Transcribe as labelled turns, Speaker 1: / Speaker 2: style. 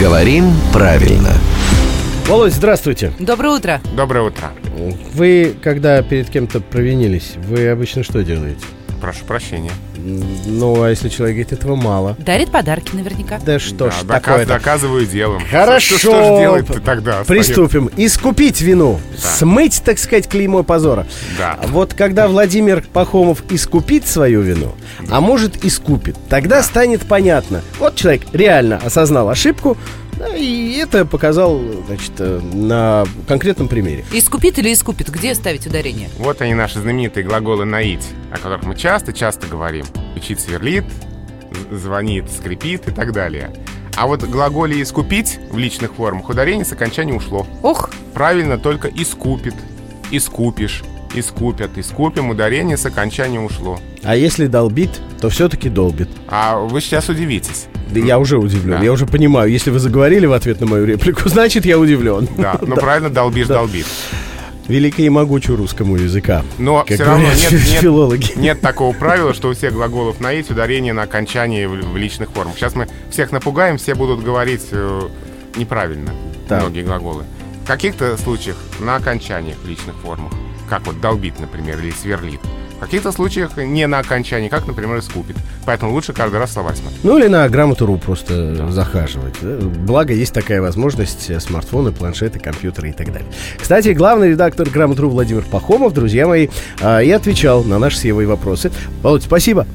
Speaker 1: Говорим правильно.
Speaker 2: Володь, здравствуйте.
Speaker 3: Доброе утро.
Speaker 4: Доброе утро.
Speaker 2: Вы, когда перед кем-то провинились, вы обычно что делаете?
Speaker 4: Прошу прощения.
Speaker 2: Ну, а если человек говорит, этого мало.
Speaker 3: Дарит подарки наверняка.
Speaker 2: Да что
Speaker 4: Да,
Speaker 2: ж
Speaker 4: доказ-
Speaker 2: такое
Speaker 4: доказываю делом.
Speaker 2: Хорошо.
Speaker 4: Что, что же делает ты тогда?
Speaker 2: Приступим. Искупить вину. Смыть, так сказать, клеймо позора.
Speaker 4: Да.
Speaker 2: Вот когда Владимир Пахомов искупит свою вину, а может искупит, тогда станет понятно. Вот человек реально осознал ошибку, да, и это показал, значит, э, на конкретном примере.
Speaker 3: Искупит или искупит? Где ставить ударение?
Speaker 4: Вот они, наши знаменитые глаголы «наить», о которых мы часто-часто говорим. Учить сверлит, з- звонит, скрипит и так далее. А вот в глаголе «искупить» в личных формах ударение с окончания ушло.
Speaker 3: Ох,
Speaker 4: Правильно только «искупит», «искупишь», «искупят», «искупим» ударение с окончания ушло.
Speaker 2: А если долбит, то все-таки долбит.
Speaker 4: А вы сейчас удивитесь.
Speaker 2: Да я уже удивлен,
Speaker 4: Да.
Speaker 2: я уже понимаю. Если вы заговорили в ответ на мою реплику, значит, я удивлен.
Speaker 4: Да, но правильно долбишь, долбит.
Speaker 2: Великий и могучий русскому языка.
Speaker 4: Но
Speaker 2: как
Speaker 4: все равно
Speaker 2: говорят
Speaker 4: нет,
Speaker 2: фи-
Speaker 4: нет-
Speaker 2: филологи.
Speaker 4: нет такого правила, что у всех глаголов наить ударение на окончании в, в личных формах. Сейчас мы всех напугаем, все будут говорить э, неправильно
Speaker 2: Да.
Speaker 4: многие глаголы. В каких-то случаях на окончаниях в личных формах, как вот долбит, например, или сверлит. В каких-то случаях не на окончании, как, например, искупит. Поэтому лучше каждый раз слова смотреть.
Speaker 2: Ну или на грамоту.ру просто захаживать. да. Благо, есть такая возможность. э, Смартфоны, планшеты, компьютеры и так далее. Кстати, главный редактор э, грамот.ру Владимир Пахомов, друзья мои, а, и отвечал на наши с Евой вопросы. Володь, спасибо.